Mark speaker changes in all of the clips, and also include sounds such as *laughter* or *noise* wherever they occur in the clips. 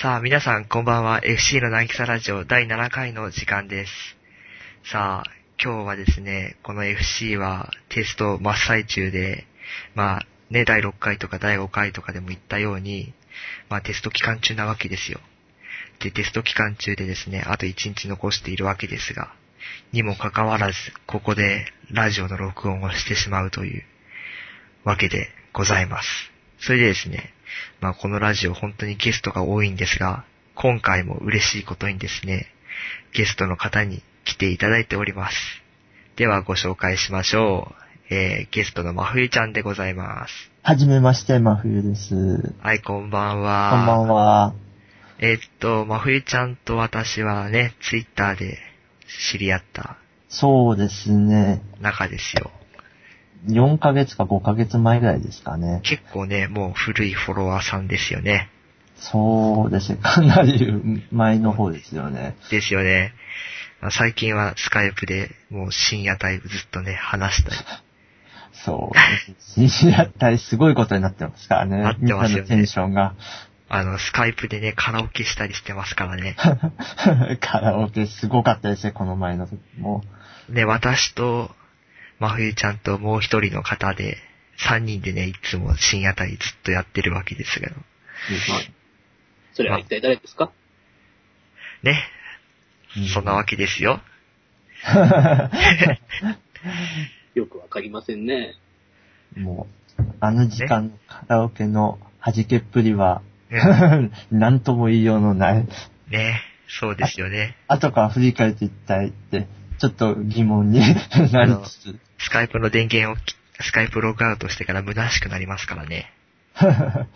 Speaker 1: さあ、皆さん、こんばんは。FC の南木さラジオ第7回の時間です。さあ、今日はですね、この FC はテスト真っ最中で、まあ、ね、第6回とか第5回とかでも言ったように、まあ、テスト期間中なわけですよ。で、テスト期間中でですね、あと1日残しているわけですが、にもかかわらず、ここでラジオの録音をしてしまうというわけでございます。それでですね、まあこのラジオ本当にゲストが多いんですが、今回も嬉しいことにですね、ゲストの方に来ていただいております。ではご紹介しましょう。えー、ゲストのまふゆちゃんでございます。
Speaker 2: はじめまして、真冬です。こん
Speaker 1: はい、こんばんは。
Speaker 2: ばんは。
Speaker 1: えーっと、まふゆちゃんと私はね、ツイッターで知り合った
Speaker 2: そうですね。
Speaker 1: 中ですよ。
Speaker 2: 4ヶ月か5ヶ月前ぐらいですかね。
Speaker 1: 結構ね、もう古いフォロワーさんですよね。
Speaker 2: そうですね。かなり前の方ですよね。
Speaker 1: ですよね。まあ最近はスカイプでもう深夜帯ずっとね、話したり。
Speaker 2: そうです。深夜帯すごいことになってますからね。
Speaker 1: なってますよね
Speaker 2: みんなのテンションが。 *laughs*
Speaker 1: あの、スカイプでね、カラオケしたりしてますからね。
Speaker 2: カラオケすごかったですね、この前の時も。
Speaker 1: ね、私と、まふゆちゃんともう一人の方で、三人でね、いつも深夜帯ずっとやってるわけですけど。
Speaker 3: それは一体誰ですか
Speaker 1: ね
Speaker 2: うん。
Speaker 1: そんなわけですよ。
Speaker 3: よくわかりませんね。
Speaker 2: *laughs* もう、あの時間のカラオケの弾けっぷりは、 *laughs*
Speaker 1: うん
Speaker 2: なんとも言いようのない。
Speaker 1: ね、そうですよね。
Speaker 2: 後から振り返っていったいって、ちょっと疑問に *laughs* なりつつ。
Speaker 1: スカイプの電源をき、スカイプログアウトしてから虚しくなりますからね。
Speaker 2: *laughs*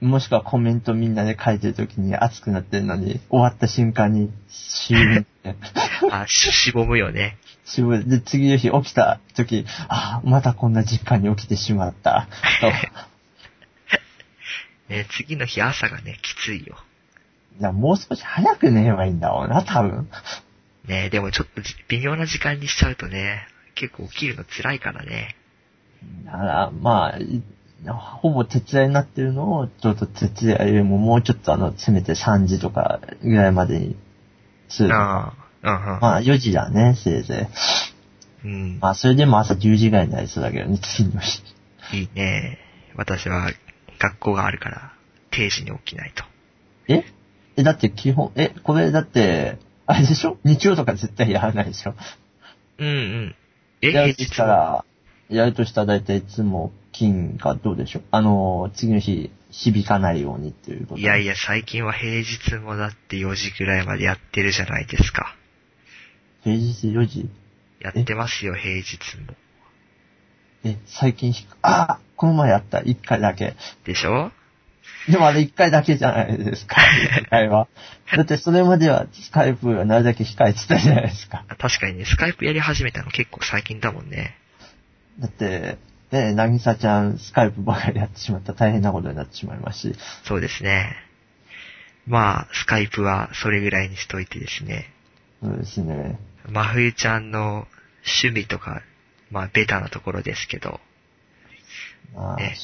Speaker 2: もしくはコメントみんなで書いてる時に熱くなってるのに、終わった瞬間に、シーンって。 *laughs*
Speaker 1: あ、し、しぼむよね。
Speaker 2: 渋いで、次の日起きた時、ああ、またこんな時間に起きてしまった。と。い
Speaker 1: ね、次の日朝がね、きついよ。
Speaker 2: や、もう少し早く寝ればいいんだろうな、多分。
Speaker 1: ね、でもちょっとじ微妙な時間にしちゃうとね、結構起きるの辛いからね。
Speaker 2: なら、まあ、いほぼ徹夜になってるのを、ちょっと徹夜よりももうちょっとあの、せめて3時とかぐらいまでにする。
Speaker 1: ああ、うんうん。
Speaker 2: まあ4時だね、せいぜ
Speaker 1: うん
Speaker 2: い。。まあそれでも朝10時ぐらいになりそうだけどね、次の日。
Speaker 1: いいね。私は学校があるから、定時に起きないと。
Speaker 2: ええ、だって基本、え、これだって、あれでしょ日曜とか絶対やらないでしょ
Speaker 1: うんうん。え、
Speaker 2: やると
Speaker 1: 平
Speaker 2: し
Speaker 1: 日
Speaker 2: た
Speaker 1: は
Speaker 2: ら、やるとしたら大体いつも金かどうでしょあの、次の日、響かないようにっていうこと。
Speaker 1: いやいや、最近は平日もだって4時くらいまでやってるじゃないですか。
Speaker 2: 平日4時
Speaker 1: やってますよ、平日も。
Speaker 2: え、最近ひああこの前やった、一回だけ。
Speaker 1: でしょ
Speaker 2: でもあれ一回だけじゃないで
Speaker 1: *laughs*
Speaker 2: すか、一回は。だってそれまではスカイプはなるだけ控えてたじゃないですか。
Speaker 1: あ確かにね、スカイプやり始めたの結構最近だもんね。
Speaker 2: だって、ね、なぎさちゃんスカイプばかりやってしまったら大変なことになってしまいますし、
Speaker 1: そうですね。まあ、スカイプはそれぐらいにしといてですね。
Speaker 2: そうですね。
Speaker 1: まふゆちゃんの趣味とか、まあ、ベタなところですけど、
Speaker 2: まあ、
Speaker 1: ね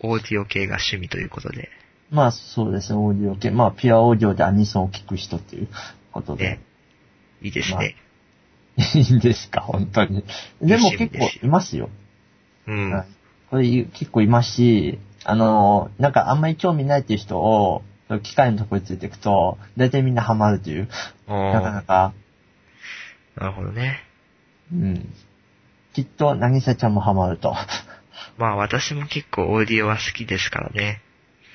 Speaker 1: オーディオ系が趣味ということで。
Speaker 2: まあそうですね、オーディオ系。まあ、ピュアオーディオでアニソンを聴く人っていうことで
Speaker 1: ね。、いいです
Speaker 2: まあ
Speaker 1: ね。
Speaker 2: いいんですか、本当に。でも結構いますよ。
Speaker 1: うん。
Speaker 2: はいこれ結構いますし、あの、なんかあんまり興味ないっていう人を、機械のところについていくと、大体みんなハマるという、
Speaker 1: お
Speaker 2: なか
Speaker 1: ー
Speaker 2: なか、
Speaker 1: なるほどね。
Speaker 2: うん。きっと、なぎさちゃんもハマると。あ
Speaker 1: まあ私も結構オーディオは好きですからね。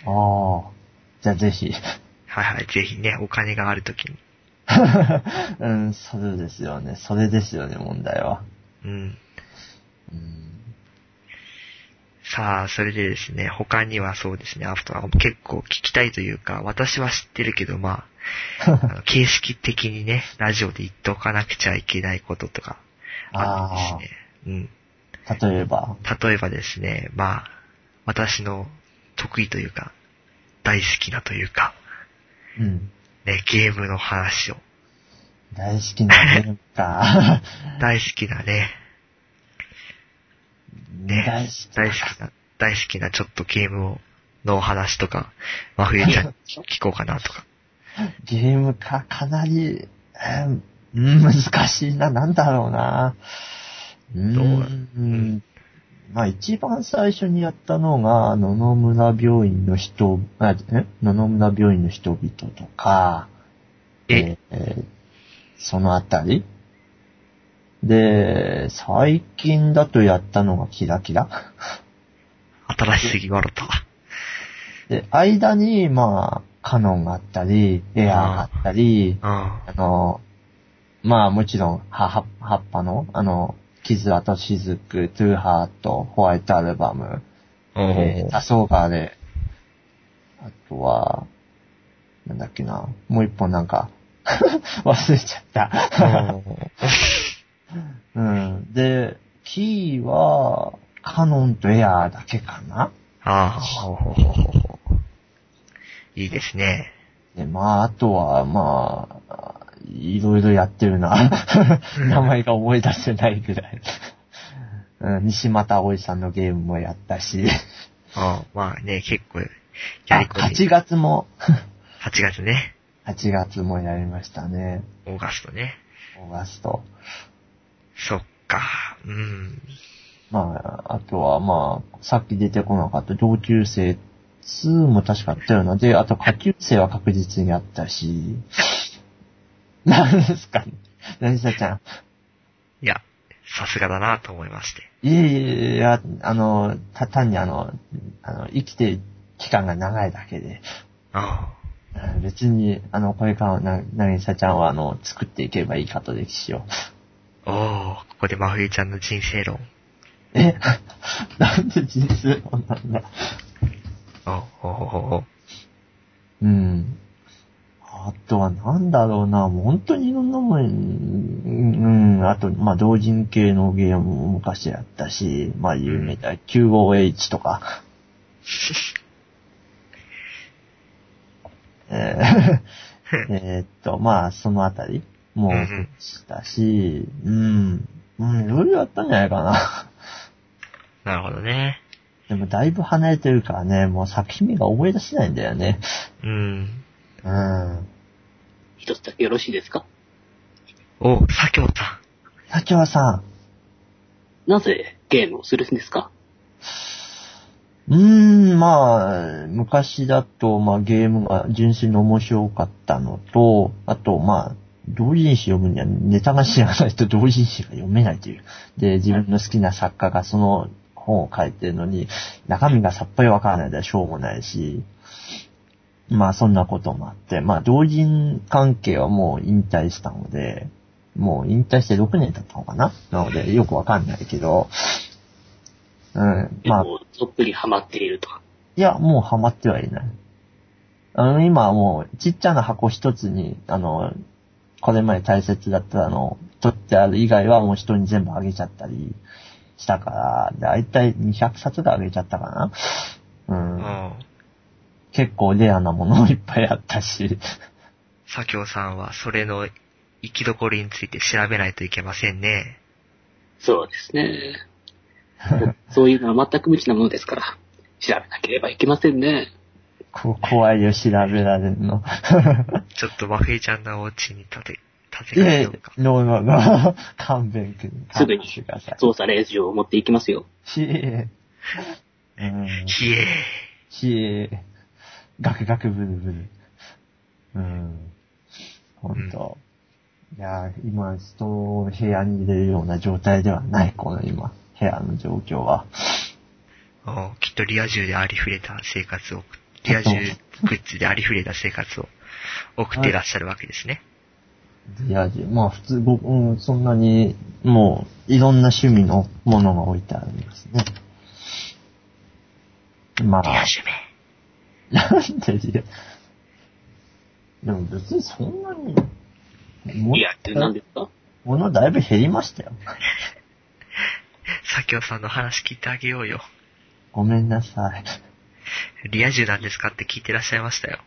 Speaker 2: あ。じゃあぜひ。 *laughs*
Speaker 1: はいはい、ぜひね、お金があるときに。
Speaker 2: うん、そうですよね。それですよね、問題は。
Speaker 1: うん。
Speaker 2: うん、
Speaker 1: さあ、それでですね、他にはそうですね、あとは結構聞きたいというか、私は知ってるけど、まあ、あの形式的にね、ラジオで言っておかなくちゃいけないこととか、あるんですね。
Speaker 2: 例えば、
Speaker 1: うん。例えばですね、まあ、私の得意というか、大好きなというか、
Speaker 2: うん。
Speaker 1: ね、ゲームの話を、
Speaker 2: 大好きなゲーム
Speaker 1: *laughs*
Speaker 2: か。
Speaker 1: 大好きなね、ね
Speaker 2: 大好き。
Speaker 1: 大好きな、大好きなちょっとゲームをのお話とか、真冬ちゃん
Speaker 2: *laughs*
Speaker 1: に聞こうかなとか。
Speaker 2: ゲームか、かなり、えーうん難しいな、なんだろうな。うー
Speaker 1: どう
Speaker 2: うん。まあ一番最初にやったのが、野々村病院の人、あえ野々村病院の人々とか、
Speaker 1: え、
Speaker 2: えーそのあたりで、最近だとやったのがキラキラ
Speaker 1: 新しすぎ笑った。
Speaker 2: で、間に、まあ、カノンがあったり、エアーがあったり、
Speaker 1: うん。
Speaker 2: あの、まあもちろん、は、は、葉っぱの、あの、傷跡しずく、トゥーハート、ホワイトアルバム、
Speaker 1: お
Speaker 2: えー、
Speaker 1: ー
Speaker 2: タソーガーで、あとは、なんだっけな、もう一本なんか、 *laughs* 忘れちゃった。
Speaker 1: おー
Speaker 2: うん。で、キーは、カノンとエアーだけかな
Speaker 1: ああ、ほうほうほうほうほう。いいですね。
Speaker 2: で、まあ、あとは、まあ、いろいろやってる
Speaker 1: *laughs*
Speaker 2: な。名前が思い出せないぐらい。うん、西又葵さんのゲームもやったし、
Speaker 1: あーまあね、結構、や
Speaker 2: あ
Speaker 1: り込み。
Speaker 2: 8月も、
Speaker 1: 8月ね。
Speaker 2: 8月もやりましたね。
Speaker 1: オーガストね。
Speaker 2: オーガスト。
Speaker 1: そっか。うん。
Speaker 2: まあ、あとは、まあ、さっき出てこなかった同級生2も確かあったような。で、あと下級生は確実にあったし、 *laughs* 何ですかね。なぎさちゃん。
Speaker 1: いや、さすがだなと思いまして。
Speaker 2: いえいえいや、あの、た、単にあの、あの、生きてる期間が長いだけで、
Speaker 1: あ
Speaker 2: うん別に、あの、これからな、なぎさちゃんは、あの、作っていけばいいかと歴史を。
Speaker 1: あ。おー、ここで真冬ちゃんの人生論。
Speaker 2: え *laughs* なんで人生論なんだ。
Speaker 1: おーおーおー
Speaker 2: うん。あとは、なんだろうな、もう本当にいろんなもん、うん、うんあと、まあ、同人系のゲームも昔やったし、まあ、有名だ、95H とか。えーえーっと、まあ、そのあたりもしたし、うん、うん、いろいろやったんじゃないかな。 *laughs*
Speaker 1: なるほどね。
Speaker 2: でもだいぶ離れてるからね、もう作品名が思い出せないんだよね。
Speaker 1: うん。
Speaker 2: うん。
Speaker 3: 一つだけよろしいですか
Speaker 1: おー、左京さ
Speaker 2: さきはさ
Speaker 3: なぜゲームをするんですか
Speaker 2: ん、うーん、まあ、昔だと、まあゲームが純粋に面白かったのと、あと、まあ、同人誌読むにはネタが知らないと同人誌が読めないという。で、自分の好きな作家がその本を書いてるのに、中身がさっぱりわからないでしょうもないし、まあそんなこともあって、まあ同人関係はもう引退したので、もう引退して6年経ったのかななので、よくわかんないけど、うん、まあ、
Speaker 3: もうどっぷりハマっているとか。
Speaker 2: いや、もうハマってはいない。あの、今はもう、ちっちゃな箱一つに、あの、これまで大切だったあの、取ってある以外はもう人に全部あげちゃったりしたから、だいたい200冊があげちゃったか
Speaker 1: ん。お
Speaker 2: な。うん。
Speaker 1: ー。
Speaker 2: 結構レアなものもいっぱいあったし。 *laughs*
Speaker 1: 左京さんはそれの生き残りについて調べないといけませんね。
Speaker 3: そうですね。 *laughs* そういうのは全く無知なものですから、調べなければいけませんね。
Speaker 2: こ怖いよ、調べられるの。
Speaker 1: ちょっと真冬ちゃんのお家に立て、立てか
Speaker 2: *laughs* い
Speaker 1: け
Speaker 2: え
Speaker 1: ようか、。
Speaker 2: ノーノーノー。 *laughs* 勘弁くん。
Speaker 3: すぐ
Speaker 2: 勘
Speaker 3: に
Speaker 2: 弁してください。
Speaker 3: 操作令状を持っていきますよ。
Speaker 2: しえ。うん
Speaker 1: ひえ
Speaker 2: しえ、ガクガクブルブル。うん。ほんと。いやー、今、人を部屋に入れるような状態ではない、この今、部屋の状況は。
Speaker 1: ー。おーきっとリア充でありふれた生活を、リア充グッズでありふれた生活を送っていらっしゃるわけですね。
Speaker 2: いや、まあ普通、僕、うん、そんなに、もう、いろんな趣味のものが置いてありますね。ま
Speaker 1: リア
Speaker 2: あ、
Speaker 1: 充め。
Speaker 2: なんでいや。でも別にそんなに、も
Speaker 3: いや、なんですか
Speaker 2: ものだいぶ減りましたよ。
Speaker 1: 左京さんの話聞いてあげようよ。
Speaker 2: ごめんなさい。
Speaker 1: リア充なんですかって聞いてらっしゃいましたよ。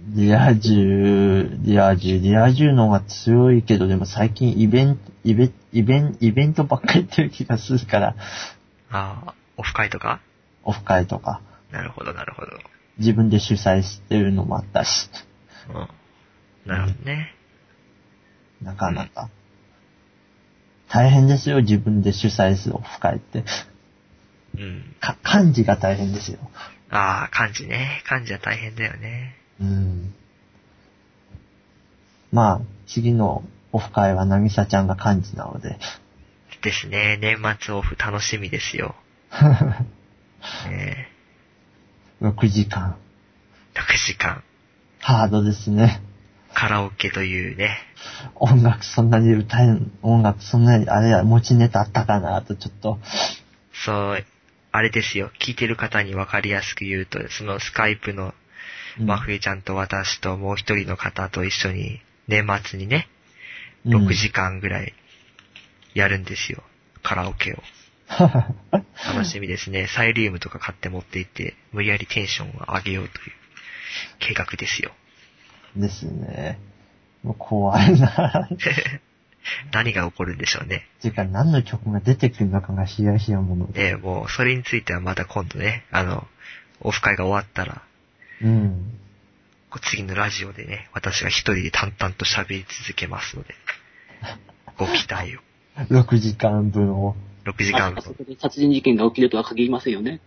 Speaker 2: リア充、リア充、リア充の方が強いけど、でも最近イベント、イベ、イベン、イベントばっかり行ってる気がするから、
Speaker 1: ああ、オフ会とか
Speaker 2: オフ会とか。
Speaker 1: なるほど、なるほど。
Speaker 2: 自分で主催してるのもあったし、
Speaker 1: うん。なるほどね。
Speaker 2: なかなか。大変ですよ、自分で主催数を深いって。
Speaker 1: うん。
Speaker 2: か、漢字が大変ですよ。
Speaker 1: ああ、漢字ね。漢字は大変だよね。
Speaker 2: うん。まあ、次のオフ会はなみさちゃんが漢字なので。 *laughs*
Speaker 1: ですね。年末オフ楽しみですよ。ね
Speaker 2: 6時間。
Speaker 1: え6時間、
Speaker 2: ハードですね。
Speaker 1: カラオケというね。
Speaker 2: 音楽そんなに歌えん、音楽そんなに、あれや、持ちネタあったかなと、ちょっと。
Speaker 1: そう、あれですよ。聞いてる方にわかりやすく言うと、そのスカイプの
Speaker 2: うん
Speaker 1: 真冬ちゃんと私ともう一人の方と一緒に、年末にね、
Speaker 2: うん
Speaker 1: 6時間ぐらいやるんですよ。カラオケを。楽しみですね。サイリウムとか買って持って行って、無理やりテンションを上げようという計画ですよ。
Speaker 2: *laughs* ですね。もう怖
Speaker 1: *laughs*
Speaker 2: いな。
Speaker 1: 何が起こるんでしょうね。
Speaker 2: ていうか、何の曲が出てくるのかがヒヤヒヤもので。
Speaker 1: ええもう、それについてはまた今度ね、あの、オフ会が終わったら、
Speaker 2: うん。
Speaker 1: こう次のラジオでね、私が一人で淡々と喋り続けますので、ご期待を。
Speaker 2: 6時間分を。
Speaker 1: 6時間
Speaker 3: あそ
Speaker 1: 分、
Speaker 3: こで殺人事件が起きるとは限りませんよね。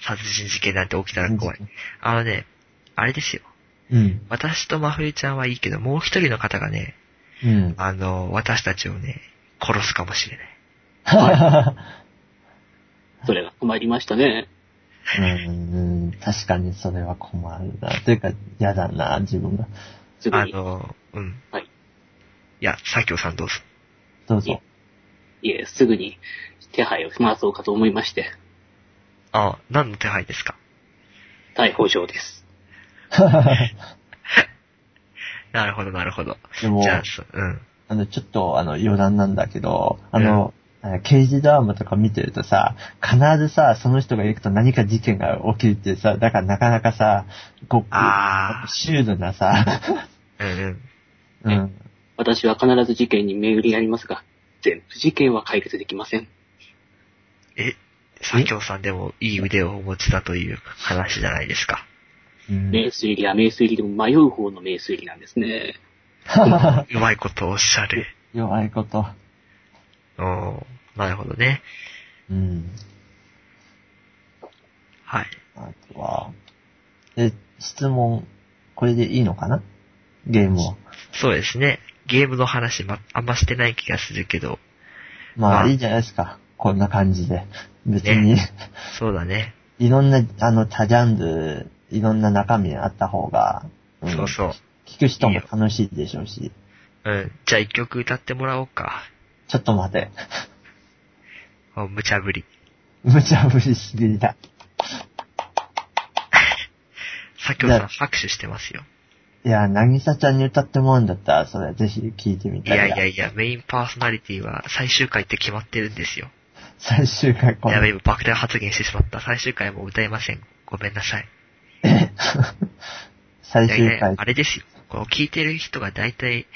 Speaker 1: 殺人事件なんて起きたら怖い。あのね、あれですよ。
Speaker 2: うん。
Speaker 1: 私とまふりちゃんはいいけど、もう一人の方がね、
Speaker 2: うん。 *laughs*
Speaker 1: あの、私たちをね、殺すかもしれない。
Speaker 3: それが困りましたね。
Speaker 2: うん、確かにそれは困るな。というか、嫌だな、自分が。
Speaker 3: すぐ
Speaker 1: あ
Speaker 3: に。
Speaker 1: の、うん。
Speaker 3: はい。
Speaker 1: いや、左京さんどうぞ。
Speaker 2: どうぞ。
Speaker 3: いえ、すぐに手配を回そうかと思いまして、
Speaker 1: あ、何の手配ですか
Speaker 3: 逮捕状です。
Speaker 1: なるほど、なるほど。
Speaker 2: *laughs* でも
Speaker 1: じ、ゃあ、そうん。
Speaker 2: あの、ちょっと、あの、余談なんだけど、あの、えー刑事ドラマとか見てるとさ、必ずさ、その人が行くと何か事件が起きるってさ、だからなかなかさ、ご
Speaker 1: あー
Speaker 2: シュールな
Speaker 1: *laughs*
Speaker 2: さ、
Speaker 1: うんうん。
Speaker 2: うん、
Speaker 3: 私は必ず事件に巡り合いますが、全部事件は解決できません。
Speaker 1: え、左京さんでもいい腕をお持ちだという話じゃないですか。
Speaker 2: うん
Speaker 3: 名推理は名推理でも迷う方の名推理なんですね。
Speaker 1: *laughs* うまいことおっしゃる。
Speaker 2: 弱いこと。
Speaker 1: おーなるほどね。
Speaker 2: うん。
Speaker 1: はい。
Speaker 2: あとは、え、質問、これでいいのかなゲームは。
Speaker 1: そうですね。ゲームの話、ま、あんましてない気がするけど、
Speaker 2: ま
Speaker 1: ま
Speaker 2: あ、
Speaker 1: あ
Speaker 2: いいじゃないですか。こんな感じで。別に、
Speaker 1: そうだね。
Speaker 2: いろんな、あの、多ジャンル、いろんな中身あった方が、ん
Speaker 1: そうそう。
Speaker 2: 聞く人も楽しいでしょうし。
Speaker 1: うん。じゃあ一曲歌ってもらおうか。
Speaker 2: ちょっと待て。 *laughs*
Speaker 1: お無茶ぶり。
Speaker 2: 無茶ぶりすぎだ。
Speaker 1: 左京さ
Speaker 2: なん
Speaker 1: 拍手してますよ。
Speaker 2: いや、なぎさちゃんに歌ってもらうんだったら、それぜひ聞いてみ
Speaker 1: い
Speaker 2: たいな。
Speaker 1: やいやいや、メインパーソナリティは最終回って決まってるんですよ。
Speaker 2: 最終回こ
Speaker 1: やべ、
Speaker 2: れ。
Speaker 1: 今爆弾発言してしまった。最終回も歌えません。ごめんなさい。
Speaker 2: *laughs* 最
Speaker 1: いやい
Speaker 2: 終
Speaker 1: や
Speaker 2: 回
Speaker 1: あ。れですよ。こう聞いてる人が大体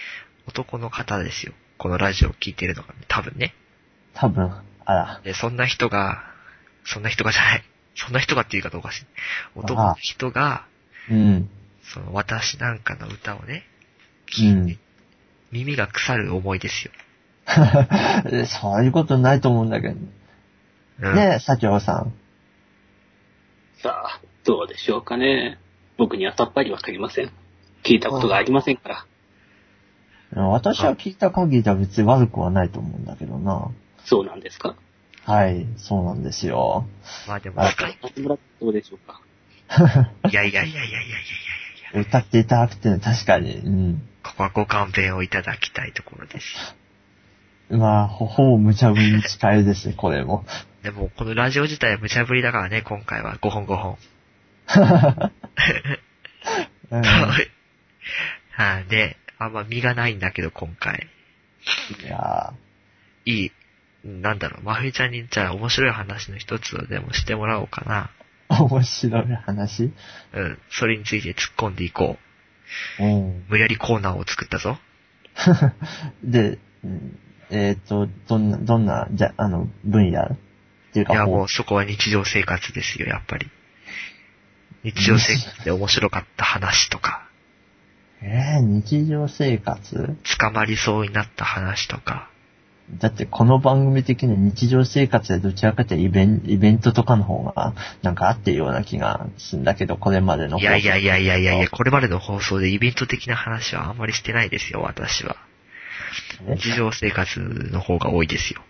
Speaker 1: 男の方ですよ。このラジオを聞いてるのが、ね、多分ね。
Speaker 2: 多分、あら。
Speaker 1: で、そんな人が、そんな人がじゃない。そんな人がっていうかどうかしい。男の人が、
Speaker 2: うん。 *laughs*
Speaker 1: その私なんかの歌をね、
Speaker 2: うん。
Speaker 1: 耳が腐る思いですよ。
Speaker 2: そういうことないと思うんだけど。
Speaker 1: うん、
Speaker 2: ねえ、社長さん。
Speaker 3: さあ、どうでしょうかね。僕にはさっぱりわかりません。聞いたことがありませんから。
Speaker 2: 私は聞いた限りでは別に悪くはないと思うんだけどな。
Speaker 3: そうなんですか
Speaker 2: はい、そうなんですよ。
Speaker 1: まあでも、
Speaker 2: あ
Speaker 1: 深い
Speaker 3: 松村どうでしょうか
Speaker 1: いやいやいやいやいやいやいやいや、
Speaker 2: 歌っていただくっていうのは確かに、うん。
Speaker 1: ここはご勘弁をいただきたいところです。
Speaker 2: まあ、ほほぼ無茶ぶりに近いですね、これも。
Speaker 1: でも、このラジオ自体は無茶ぶりだからね、今回は。5本5本。
Speaker 2: うん
Speaker 1: *laughs* はい。で、あんま身がないんだけど、今回。
Speaker 2: いや
Speaker 1: いい。なんだろう、まふいちゃんに、じゃあ面白い話の一つをでもしてもらおうかな。
Speaker 2: ー、面白い話。
Speaker 1: うん。それについて突っ込んでいこ
Speaker 2: うん *laughs*
Speaker 1: う。、無理やりコーナーを作ったぞ。
Speaker 2: で、うんえっ、と、どんな、どんな、じゃ、あの、分野っていう
Speaker 1: い
Speaker 2: か、
Speaker 1: や、
Speaker 2: ほう
Speaker 1: もうそこは日常生活ですよ、やっぱり。日常生活で面白かった話とか、
Speaker 2: えー、日常生活
Speaker 1: 捕まりそうになった話とか、
Speaker 2: だってこの番組的に日常生活でどちらかというとイベンイベントとかの方がなんかあってるような気がするんだけど、これまでの
Speaker 1: いやいやいやいやいやいや、
Speaker 2: 放
Speaker 1: これまでの放送でイベント的な話はあんまりしてないですよ、私は。
Speaker 2: 送ね
Speaker 1: 日常生活の方が多いですよ。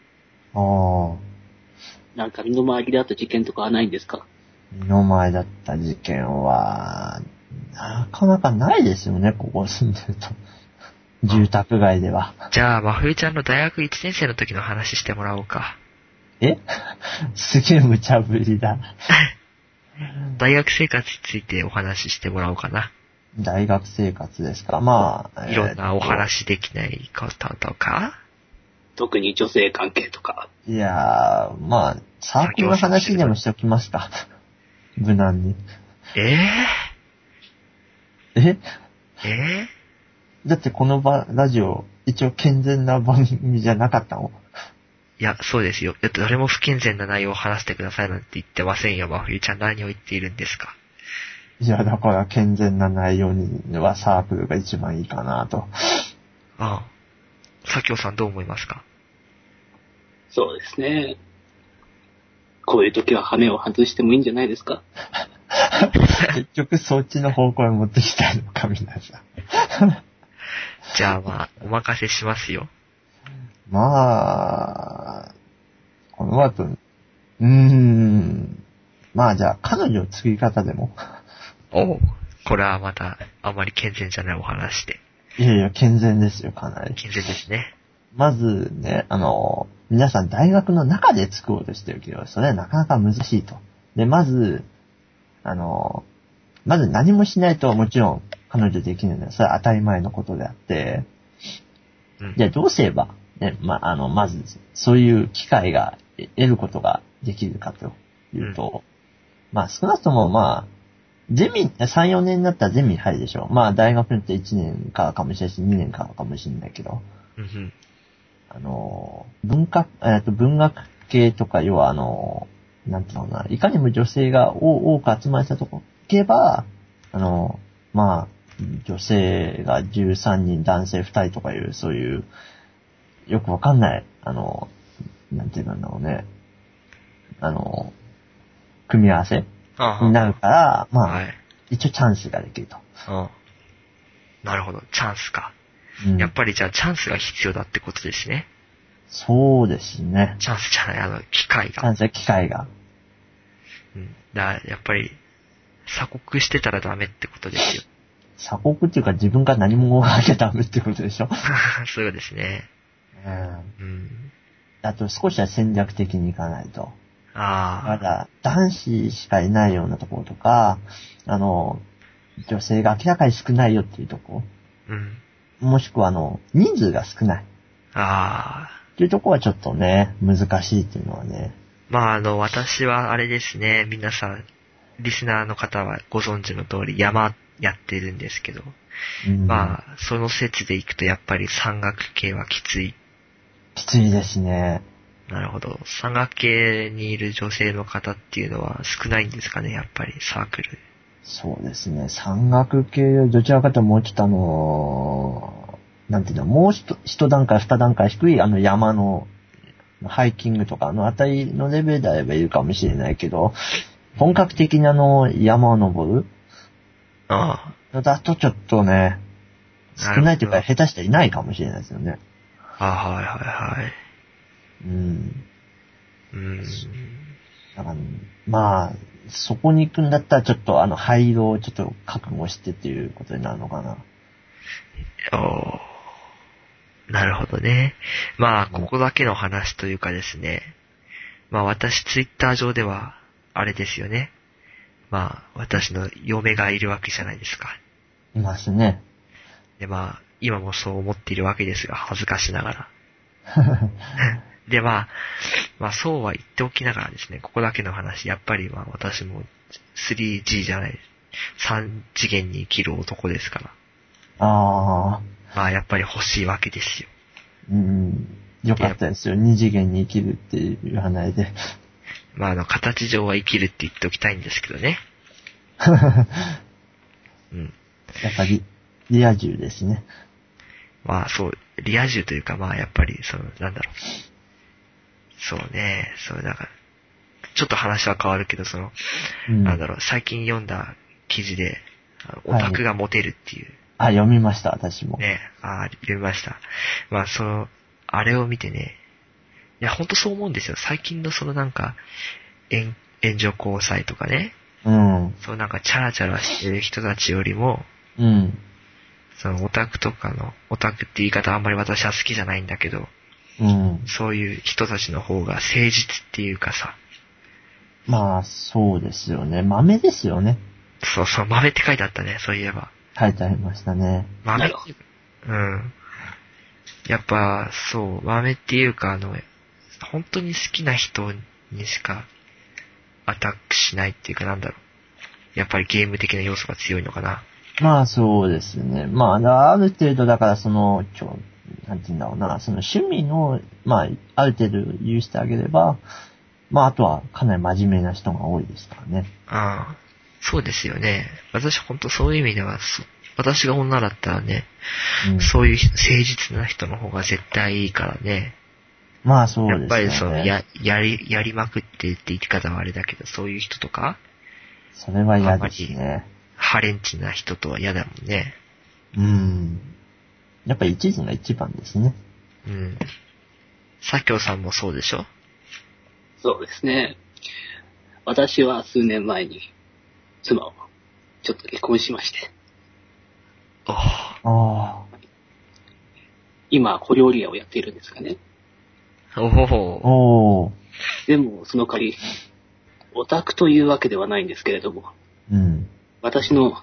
Speaker 2: ああ、
Speaker 3: なんか身の回りであった事件とかはないんですか
Speaker 2: 身の前だった事件は、なかなかないですよね、ここ住んでると。住宅街では。
Speaker 1: じゃあ、まふゆちゃんの大学1年生の時の話してもらおうか。
Speaker 2: え *laughs* すげえ無茶ぶりだ。
Speaker 1: 大学生活についてお話ししてもらおうかな。
Speaker 2: 大学生活ですか。まあ、
Speaker 1: いろんなお話できないこととか、
Speaker 3: 特に女性関係とか。
Speaker 2: えっと。いやー、まあ、サークルの話でもしておきますか。無難に。
Speaker 1: ええ
Speaker 2: え
Speaker 1: ええ
Speaker 2: だってこの場、ラジオ、一応健全な番組じゃなかったの
Speaker 1: いや、そうですよ。いや誰も不健全な内容を話してくださいなんて言ってませんよ、まふゆちゃん。何を言っているんですか。
Speaker 2: いや、だから健全な内容にはサークルが一番いいかなと。
Speaker 1: ああ。さきょうさんどう思いますか
Speaker 3: そうですね。こういう時は羽目を外してもいいんじゃないですか
Speaker 2: 結局そっちの方向へ持ってきたいのか、皆さん。
Speaker 1: じゃあまあ、お任せしますよ。
Speaker 2: まあ、この後、うーん。まあじゃあ、彼女の作り方でも。
Speaker 1: おうこれはまた、あまり健全じゃないお話で。
Speaker 2: いやいや、健全ですよ、かなり。
Speaker 1: 健全ですね。
Speaker 2: まずね、あの、皆さん大学の中で作ろうとしてるけど、それはなかなか難しいと。で、まず、あの、まず何もしないともちろん彼女できないのは、それは当たり前のことであって、
Speaker 1: うん
Speaker 2: じ。ゃあどうすれば、ね、まあ、あの、まず、そういう機会がえ得ることができるかというと、まあ、少なくとも、まあ、ゼミ、3、4年になったらゼミに入るでしょ。まあ、大学によって1年からかもしれないし、2年からかもしれないけど、
Speaker 1: うんうん。
Speaker 2: あの、文化、えっと、文学系とか、要はあの、なんていうのかな、いかにも女性が多多く集まれたとこ行けば、あの、まあ、女性が13人、男性2人とかいう、そういう、よくわかんない、あの、なんていうんだろうね、あの、組み合わせ
Speaker 1: ああ。
Speaker 2: になるから、ま
Speaker 1: は
Speaker 2: あ、
Speaker 1: い。
Speaker 2: 一応チャンスができると。
Speaker 1: うん。なるほど。チャンスか。
Speaker 2: うん
Speaker 1: やっぱりじゃあチャンスが必要だってことですね。
Speaker 2: そうですね。
Speaker 1: チャンスじゃない、あの、機会
Speaker 2: チャ
Speaker 1: が。
Speaker 2: ンスや機会が。
Speaker 1: うん。だからやっぱり、鎖国してたらダメってことですよ。 *laughs*
Speaker 2: 鎖国っていうか自分が何も動かなきゃダメってことでしょ。
Speaker 1: そうですね。
Speaker 2: うん。
Speaker 1: うん。
Speaker 2: あと少しは戦略的にいかないと。ま
Speaker 1: ああ。
Speaker 2: だ男子しかいないようなところとか、あの、女性が明らかに少ないよっていうとこ
Speaker 1: うん。
Speaker 2: ろ、もしくはあの、人数が少ない
Speaker 1: ああ。
Speaker 2: っていうところはちょっとね、難しいっていうのはね。
Speaker 1: まあ、あの、私はあれですね、皆さん、リスナーの方はご存知の通り、山やってるんですけど、
Speaker 2: うん、
Speaker 1: まあ、その説でいくとやっぱり山岳系はきつい。
Speaker 2: きついですね。
Speaker 1: なるほど。山岳系にいる女性の方っていうのは少ないんですかね、やっぱりサークル。
Speaker 2: そうですね。山岳系よりどちらかというともうちょっとあのーなんていうの、もう一一段階二段階低いあの山のハイキングとかあのあたりのレベルであればいるかもしれないけど、本格的にあの山を登る
Speaker 1: あ
Speaker 2: のだとちょっとね、少ないという
Speaker 1: な
Speaker 2: か
Speaker 1: るほ
Speaker 2: 下手したらいないかもしれないですよね。
Speaker 1: あ、はいはいはい。
Speaker 2: うん。
Speaker 1: うん。
Speaker 2: だから、まあ、そこに行くんだったらちょっとあの廃炉をちょっと覚悟してっていうことになるのかな。
Speaker 1: おーなるほどね。まあ、ここだけの話というかですね。まあ、私、ツイッター上では、あれですよね。まあ、私の嫁がいるわけじゃないですか。
Speaker 2: いますね。
Speaker 1: で、まあ、今もそう思っているわけですが、恥ずかしながら。 *laughs* で、まあ、まあ、そうは言っておきながらですね、ここだけの話、やっぱりまあ、私も 3G じゃない、3次元に生きる男ですから。
Speaker 2: ああ。
Speaker 1: まあ、やっぱり欲しいわけですよ。
Speaker 2: うん。よかったですよ。二次元に生きるっていう話で。 *laughs*
Speaker 1: まあ、あの、形上は生きるって言っておきたいんですけどね。うん。
Speaker 2: っぱり、リア充ですね。
Speaker 1: まあそう、リア充というかまあやっぱり、その、なんだろう。そうね、そう、なんか、ちょっと話は変わるけど、その、
Speaker 2: うん。
Speaker 1: なんだろう、最近読んだ記事で、あのオタクがモテるっていう、
Speaker 2: あ、読みました、私も。
Speaker 1: ね、あー読みました。まあ、その、あれを見てね、いや、ほんとそう思うんですよ。最近のそのなんか、炎炎上交際とかね、
Speaker 2: うん。
Speaker 1: そうなんかチャラチャラしてる人たちよりも、
Speaker 2: うん。
Speaker 1: そのオタクとかの、オタクって言い方あんまり私は好きじゃないんだけど、
Speaker 2: うん。
Speaker 1: そういう人たちの方が誠実っていうかさ、
Speaker 2: まあ、そうですよね。豆ですよね。
Speaker 1: そうそう、豆って書いてあったね、そういえば。
Speaker 2: 書いてありましたね。
Speaker 1: 豆
Speaker 3: な
Speaker 1: って
Speaker 3: るほど
Speaker 1: うん。やっぱ、そう、豆っていうか、あの、本当に好きな人にしかアタックしないっていうか、なんだろう。やっぱりゲーム的な要素が強いのかな。
Speaker 2: まあ、そうですね。まあ、ある程度、だから、その、ちょ、なんて言うんだろうな、その趣味の、まあ、ある程度許してあげれば、まあ、あとはかなり真面目な人が多いですからね。
Speaker 1: ああ、そうですよね。私本当そういう意味では、そ私が女だったらね、
Speaker 2: うん、
Speaker 1: そういう誠実な人の方が絶対いいからね。
Speaker 2: まあ、そうです
Speaker 1: や
Speaker 2: よね。
Speaker 1: っぱりその、や、やり、やりまくってって言い方はあれだけど、そういう人とか、
Speaker 2: それは嫌ですね。
Speaker 1: ハレンチな人とは嫌だもんね。
Speaker 2: うん。やっぱ一途が一番ですね。
Speaker 1: うん。左京さんもそうでしょ
Speaker 3: そうですね。私は数年前に、妻をちょっと離婚しまして、
Speaker 1: お
Speaker 2: あ
Speaker 3: 今、小料理屋をやっているんですがね。
Speaker 1: お
Speaker 2: あ。
Speaker 1: おお
Speaker 2: おお。
Speaker 3: でも、その代わり、オタクというわけではないんですけれども、
Speaker 2: うん。
Speaker 3: 私の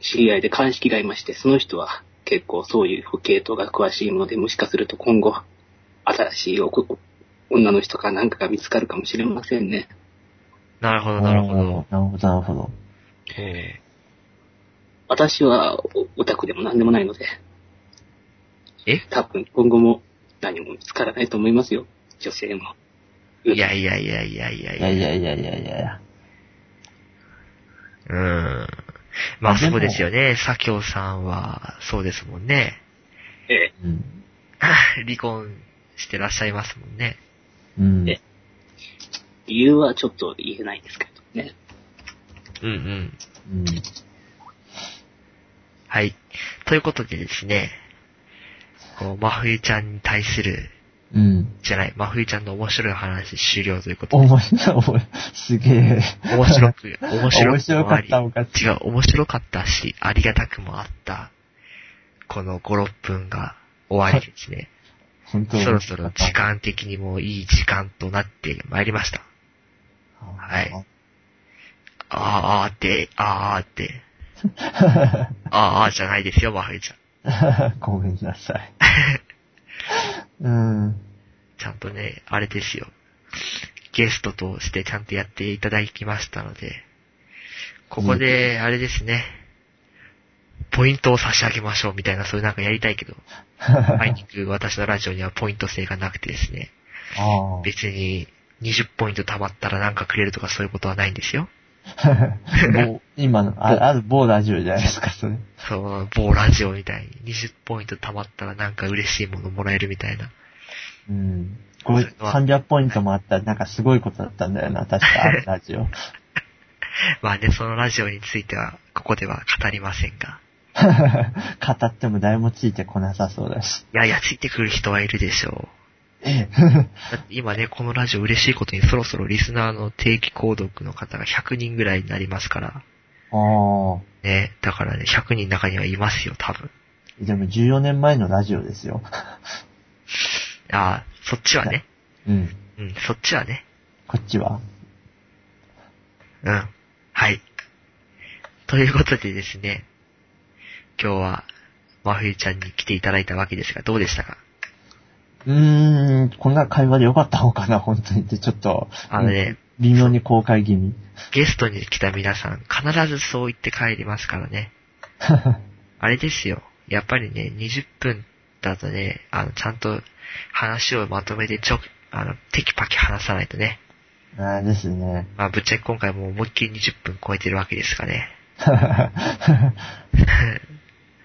Speaker 3: 知り合いで鑑識がいまして、その人は結構そういう系統が詳しいもので、もしかすると今後、新しいおこ女の人かなんかが見つかるかもしれませんね。
Speaker 1: なるほど、なるほ
Speaker 2: お
Speaker 1: ど
Speaker 2: ー。なるほど、なるほど。
Speaker 1: え
Speaker 3: 私はおオタクでも何でもないので、
Speaker 1: え
Speaker 3: 多分今後も何も見つからないと思いますよ。女性も。
Speaker 1: いやいやいやいやいやい
Speaker 2: いや
Speaker 1: や。
Speaker 2: いやいやいやいやいや。
Speaker 1: うーん。まあ
Speaker 2: でも
Speaker 1: そうですよね。左京さんは、そうですもんね。 *laughs*
Speaker 3: ええ
Speaker 2: うん。
Speaker 1: 離婚してらっしゃいますもんね。
Speaker 2: うん。
Speaker 3: え理由はちょっと言えないですけどね。
Speaker 1: うんうん。
Speaker 2: うん。
Speaker 1: はい。ということでですね、こう、真冬ちゃんに対する、
Speaker 2: うん。
Speaker 1: じゃない、真冬ちゃんの面白い話終了ということで。
Speaker 2: 面白い、面白いすげえ。
Speaker 1: 面白く、面白くもあり。
Speaker 2: 面白かった、昔。
Speaker 1: 違う、面白かったし、ありがたくもあった、この5、6分が終わりですね。
Speaker 2: 本当
Speaker 1: そろそろ時。間的にもいい時間となってまいりました。はい。あーあーって、あーあーって、あーあーじゃないですよ、まふいちゃん。
Speaker 2: *laughs* ごめんなさ
Speaker 1: *laughs*
Speaker 2: い。うん。
Speaker 1: ちゃんとね、あれですよ。ゲストとしてちゃんとやっていただきましたので、ここで、あれですね、ポイントを差し上げましょうみたいな、そういうなんかやりたいけど、あいにく私のラジオにはポイント制がなくてですね、
Speaker 2: *laughs* あ
Speaker 1: 別に20ポイント貯まったらなんかくれるとかそういうことはないんですよ。
Speaker 2: あ。 *laughs* 某今の、あある某ラジオじゃないですか、それ。
Speaker 1: そう、某ラジオみたいに20ポイント貯まったらなんか嬉しいものもらえるみたいな。
Speaker 2: うん。これ300ポイントもあったら、なんかすごいことだったんだよ *laughs* な、確か、あるラジオ。
Speaker 1: まあね、そのラジオについては、ここでは語りませんが。
Speaker 2: 語っても誰もついてこなさそうだし。
Speaker 1: いやいや、ついてくる人はいるでしょ
Speaker 2: *laughs* ええ。
Speaker 1: う。だって今ね、このラジオ嬉しいことにそろそろリスナーの定期購読の方が100人ぐらいになりますから。
Speaker 2: *laughs* ああ。
Speaker 1: ね、だからね、100人の中にはいますよ、多分。
Speaker 2: でも14年前のラジオですよ。
Speaker 1: ああ、そっちはね。
Speaker 2: うん。
Speaker 1: うん、そっちはね。
Speaker 2: こっちは
Speaker 1: うん。はい。ということでですね、今日は、まふゆちゃんに来ていただいたわけですが、どうでしたか
Speaker 2: うーん、こんな会話でよかったのかな、本当にって、ちょっと。
Speaker 1: あのね、
Speaker 2: 微妙に公開気味。 *laughs*
Speaker 1: ゲストに来た皆さん、必ずそう言って帰りますからね。あれですよ。やっぱりね、20分だとね、あの、ちゃんと話をまとめてちょ、あの、テキパキ話さないとね。
Speaker 2: あーですね。 *laughs*
Speaker 1: まあ、ぶっちゃけ今回もう思いっきり20分超えてるわけですかね。 *laughs*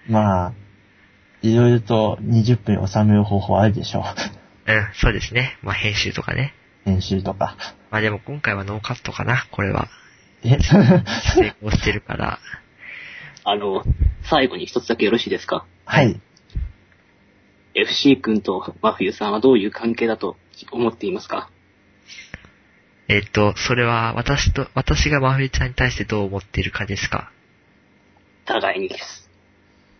Speaker 2: まあ、いろいろと20分に収める方法あるでしょう。 *laughs*
Speaker 1: うん、そうですね。まあ、編集とかね。
Speaker 2: 編集とか。
Speaker 1: まあでも今回はノーカットかな、これは。
Speaker 2: え *laughs*
Speaker 1: 成功してるから。
Speaker 3: あの、最後に一つだけよろしいですか
Speaker 2: はい。
Speaker 3: ?FC 君と真冬さんはどういう関係だと思っていますか
Speaker 1: えっと、それは私と、私がまふりちゃんに対してどう思っているかですか
Speaker 3: 互いにです。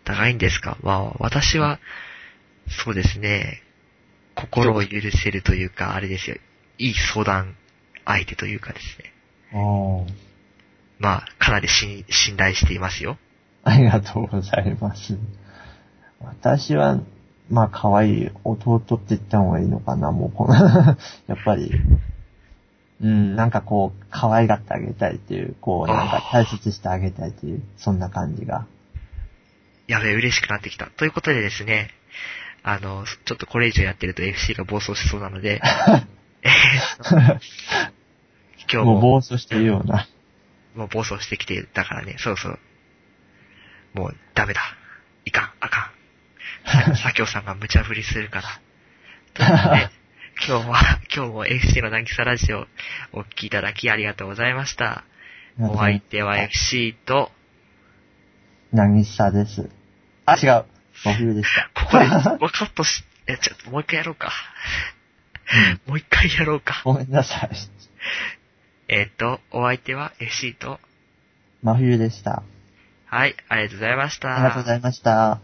Speaker 1: 高いんですかまあ、私は、そうですね、心を許せるというか、あれですよ、いい相談相手というかですね。
Speaker 2: おー
Speaker 1: まあ、かなり信信頼していますよ。
Speaker 2: ありがとうございます。私は、まあ、可愛い弟って言った方がいいのかな、もうこの、 *laughs* やっぱり。うん、なんかこう、可愛がってあげたいっていう、こう、なんか大切してあげたいっていう、そんな感じが。
Speaker 1: やべえ、嬉しくなってきた。ということでですね、あの、ちょっとこれ以上やってると FC が暴走しそうなので、えーっと今日
Speaker 2: *laughs* もう
Speaker 1: も、
Speaker 2: 暴走してるような。
Speaker 1: もう暴走してきてたからね、そうそう。もうダメだ。いかん、あかん。さきょうさんが無茶振りするから。ということ *laughs* で今日は、今日も FC のなぎさラジオお聞きいただきありがとうございました。お相手は FC と、
Speaker 2: なぎさです。あ、違う。真冬でした。
Speaker 1: こ *laughs* こで、もうカットし、え、ちょっともう一回やろうか。 *laughs* もう一回やろうか。
Speaker 2: ごめんなさい。
Speaker 1: えっ、と、お相手は FC と、
Speaker 2: 真冬でした。
Speaker 1: はい、ありがとうございました。
Speaker 2: ありがとうございました。